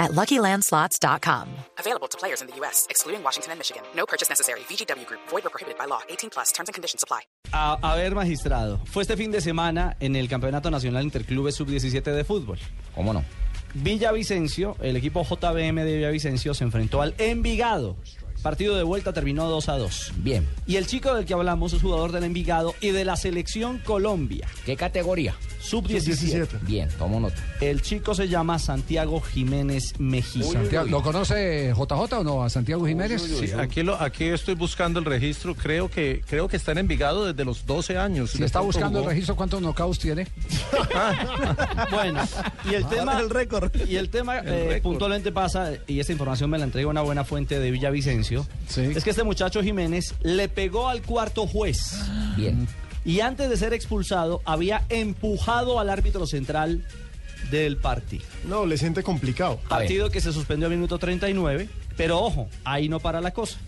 at luckylandslots.com. Available to players in the U.S., excluding Washington and Michigan. No purchase necessary. VGW Group, void or prohibited by law. 18 plus terms and conditions apply. A, a ver, magistrado, fue este fin de semana en el Campeonato Nacional Interclubes Sub-17 de fútbol. ¿Cómo no? Villavicencio, el equipo JBM de Villavicencio se enfrentó al Envigado. Partido de vuelta terminó 2 a 2. Bien. Y el chico del que hablamos es jugador del Envigado y de la selección Colombia, ¿Qué categoría? Sub-17. Bien, tomo nota. el chico se llama Santiago Jiménez Mejía. Santiago, ¿Lo conoce JJ o no? ¿A Santiago Jiménez? Sí, aquí, lo, aquí estoy buscando el registro. Creo que creo que está en Envigado desde los 12 años. Si De está pronto buscando el jugó. registro, ¿cuántos knockouts tiene? Bueno, y el tema el récord. Y el tema eh, récord. puntualmente pasa y esta información me la entrega una buena fuente de Villavicencio. Sí. Es que este muchacho Jiménez le pegó al cuarto juez Bien. y antes de ser expulsado había empujado al árbitro central del partido. No, le siente complicado. A ver. Partido que se suspendió a minuto 39, pero ojo, ahí no para la cosa.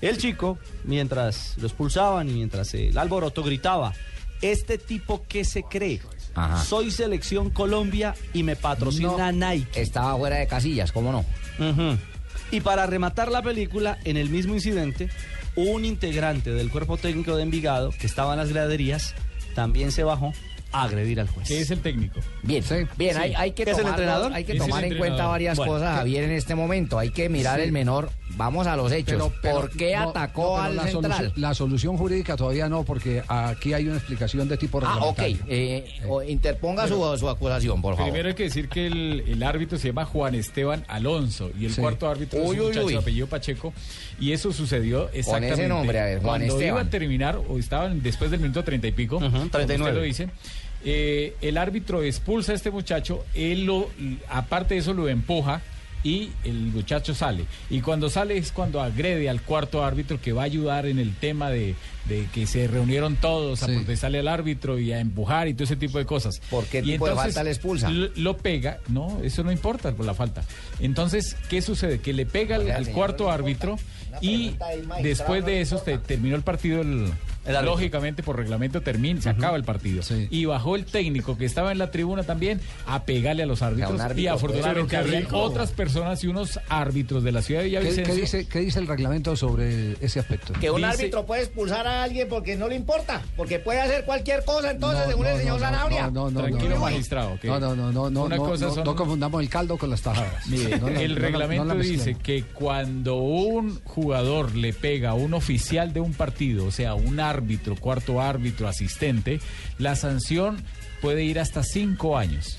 El chico, mientras lo expulsaban y mientras el alboroto gritaba, este tipo que se cree, Ajá. soy selección Colombia y me patrocina Nike. Estaba fuera de casillas, ¿cómo no? Ujú. Y para rematar la película, en el mismo incidente, un integrante del cuerpo técnico de Envigado, que estaba en las graderías, también se bajó a agredir al juez. que es el técnico. Bien, Sí. bien, hay, hay que ¿Es el tomar, entrenador? Hay que Es el tomar en entrenador. cuenta varias Bueno, cosas, Javier, en este momento. Hay que mirar el menor. Vamos a los hechos. ¿Por qué no, no, atacó pero al la central? solución- la solución jurídica todavía no, porque aquí hay una explicación de tipo Ah, ok. reglamentario. Eh, o- interponga su, su acusación, por favor. Primero hay que decir que el, el árbitro se llama Juan Esteban Alonso y el Sí. cuarto árbitro Uy, es uy, un muchacho uy. de apellido Pacheco y eso sucedió exactamente nombre, a ver, Juan cuando Esteban. iba a terminar o estaban después del minuto treinta y pico, como 39. usted lo dice. eh, el árbitro expulsa a este muchacho, él lo aparte de eso lo empuja y el muchacho sale. Y cuando sale es cuando agrede al cuarto árbitro que va a ayudar en el tema de, de que se reunieron todos a Sí. protestarle al árbitro y a empujar y todo ese tipo de cosas. ¿Por qué Y tipo de falta le expulsa? Lo, lo pega, no, eso no importa por la falta. Entonces, ¿qué sucede? Que le pega al, Oiga, al señor, cuarto no le árbitro Una y pregunta ahí, magistrado, después no le de eso se terminó el partido, el- El árbitro. lógicamente por reglamento termina, se acaba el partido. Sí. Y bajó el técnico que estaba en la tribuna también a pegarle a los árbitros. y árbitro, afortunadamente pues. Pero qué había rico. otras personas y unos árbitros de la ciudad de ¿Qué, Villavicencio. qué dice, qué dice el reglamento sobre ese aspecto? Que un Dice- árbitro puede expulsar a alguien porque no le importa, porque puede hacer cualquier cosa entonces, No, según no, el señor no, no, Zanabria. no, no, no, Tranquilo, no. magistrado, que No, no, no, no, no, una no, cosa no, son- no confundamos el caldo con las tajadas. Mire, No, no, no, el no, reglamento no la dice mezclemos. que cuando un jugador le pega a un oficial de un partido, o sea, un árbitro, cuarto árbitro, asistente, la sanción puede ir hasta cinco años.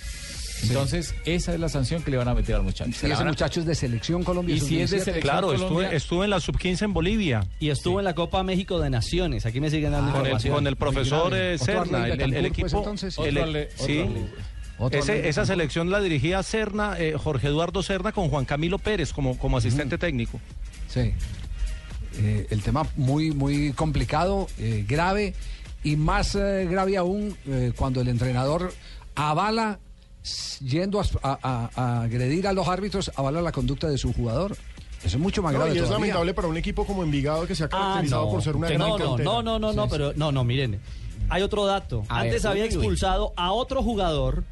Entonces, esa es la sanción que le van a meter al muchacho. Y ese muchacho es de selección Colombia. Y si es de sub-17. selección Claro, estuve, Colombia, estuve en la sub-15 en Bolivia Y estuvo en la Copa México de Naciones. Aquí me siguen Ah, dando Ah, con, el, información. con el profesor grave. eh, Otro Serna, Arley el, el- el Betancourt, pues, equipo. entonces. el- Otro Arley- otro sí. Arley. Otro Ese- Arley esa Betancourt. selección la dirigía Serna, eh, Jorge Eduardo Serna, con Juan Camilo Pérez como, como asistente técnico. Sí. Eh, el tema muy, muy complicado, eh, grave y más eh, grave aún eh, cuando el entrenador avala, s- yendo a, a- a agredir a los árbitros, avala la conducta de su jugador. Eso es mucho más No, grave. y es todavía. lamentable para un equipo como Envigado que se ha Ah, caracterizado no. por ser una gran no, no, cantera. no, no, no, no, pero no, no, miren. Hay otro dato. A Antes ver, había uy, uy. expulsado a otro jugador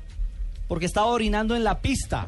porque estaba orinando en la pista.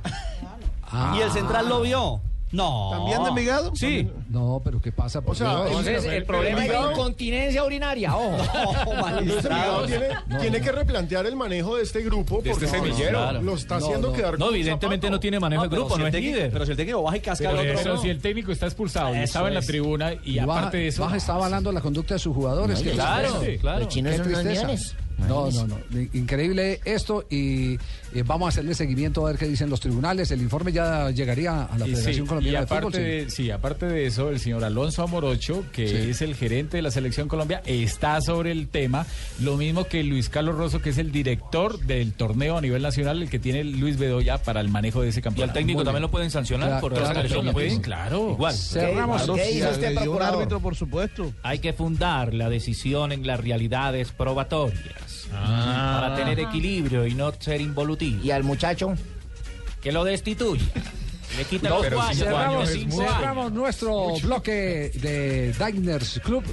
Ah. Y el central lo vio. No. ¿También de Envigado? Sí. No, pero ¿qué pasa? O sea, Porque- Entonces, el problema es la incontinencia urinaria, ojo. No, Entonces Envigado magistrado. tiene, tiene que replantear el manejo de este grupo porque De este semillero. no, lo está No, haciendo no. quedar como No, un zapato. pero si el técnico- Pero si el técnico baja y casca al Pero, otro. pero no. si el técnico está expulsado y Eso estaba en la es. tribuna y, Baja- aparte de eso... Baja está avalando la conducta de sus jugadores. No, que- claro, claro. Los chinos Qué son unos tristeza. leones. No, no, no. I- Increíble esto y eh, vamos a hacerle seguimiento a ver qué dicen los tribunales. El informe ya llegaría a la Y Federación sí, Colombiana y de Fútbol. aparte sí. de, sí, aparte de eso, el señor Alonso Amorocho, que Sí. es el gerente de la Selección Colombia, está sobre el tema, lo mismo que Luis Carlos Rosso, que es el director del torneo a nivel nacional, el que tiene Luis Bedoya para el manejo de ese campeonato. Muy bien. pueden sancionar Claro, claro, transgresión, claro, pues. claro. Claro. Igual. Cerramos. ¿Qué hizo usted, procurador? árbitro, por supuesto. Hay que fundar la decisión en las realidades probatorias. Para tener equilibrio y no ser involutivo. Y al muchacho, Que lo destituya. Le quita los pero años, cinco años, Cerramos, cinco cerramos años. nuestro bloque de Diners Club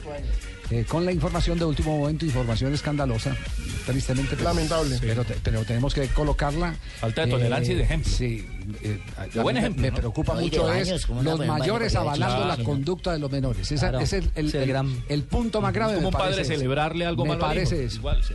eh, con la información de último momento, información escandalosa, tristemente. pero- Lamentable. Pero, te- pero tenemos que colocarla. Falta de tolerancia y de ejemplo. Sí. eh, a- De a buen mí me- ejemplo, Me ¿no? preocupa No, y de mucho es baños, como una los buena baño mayores para que haya avalando hecho. la Claro. conducta de los menores. Esa- Claro, es el, el- es el el- gran- el punto más grave. Como me un padre parece ese. celebrarle algo Me malo al hijo. parece eso. Igual, sí.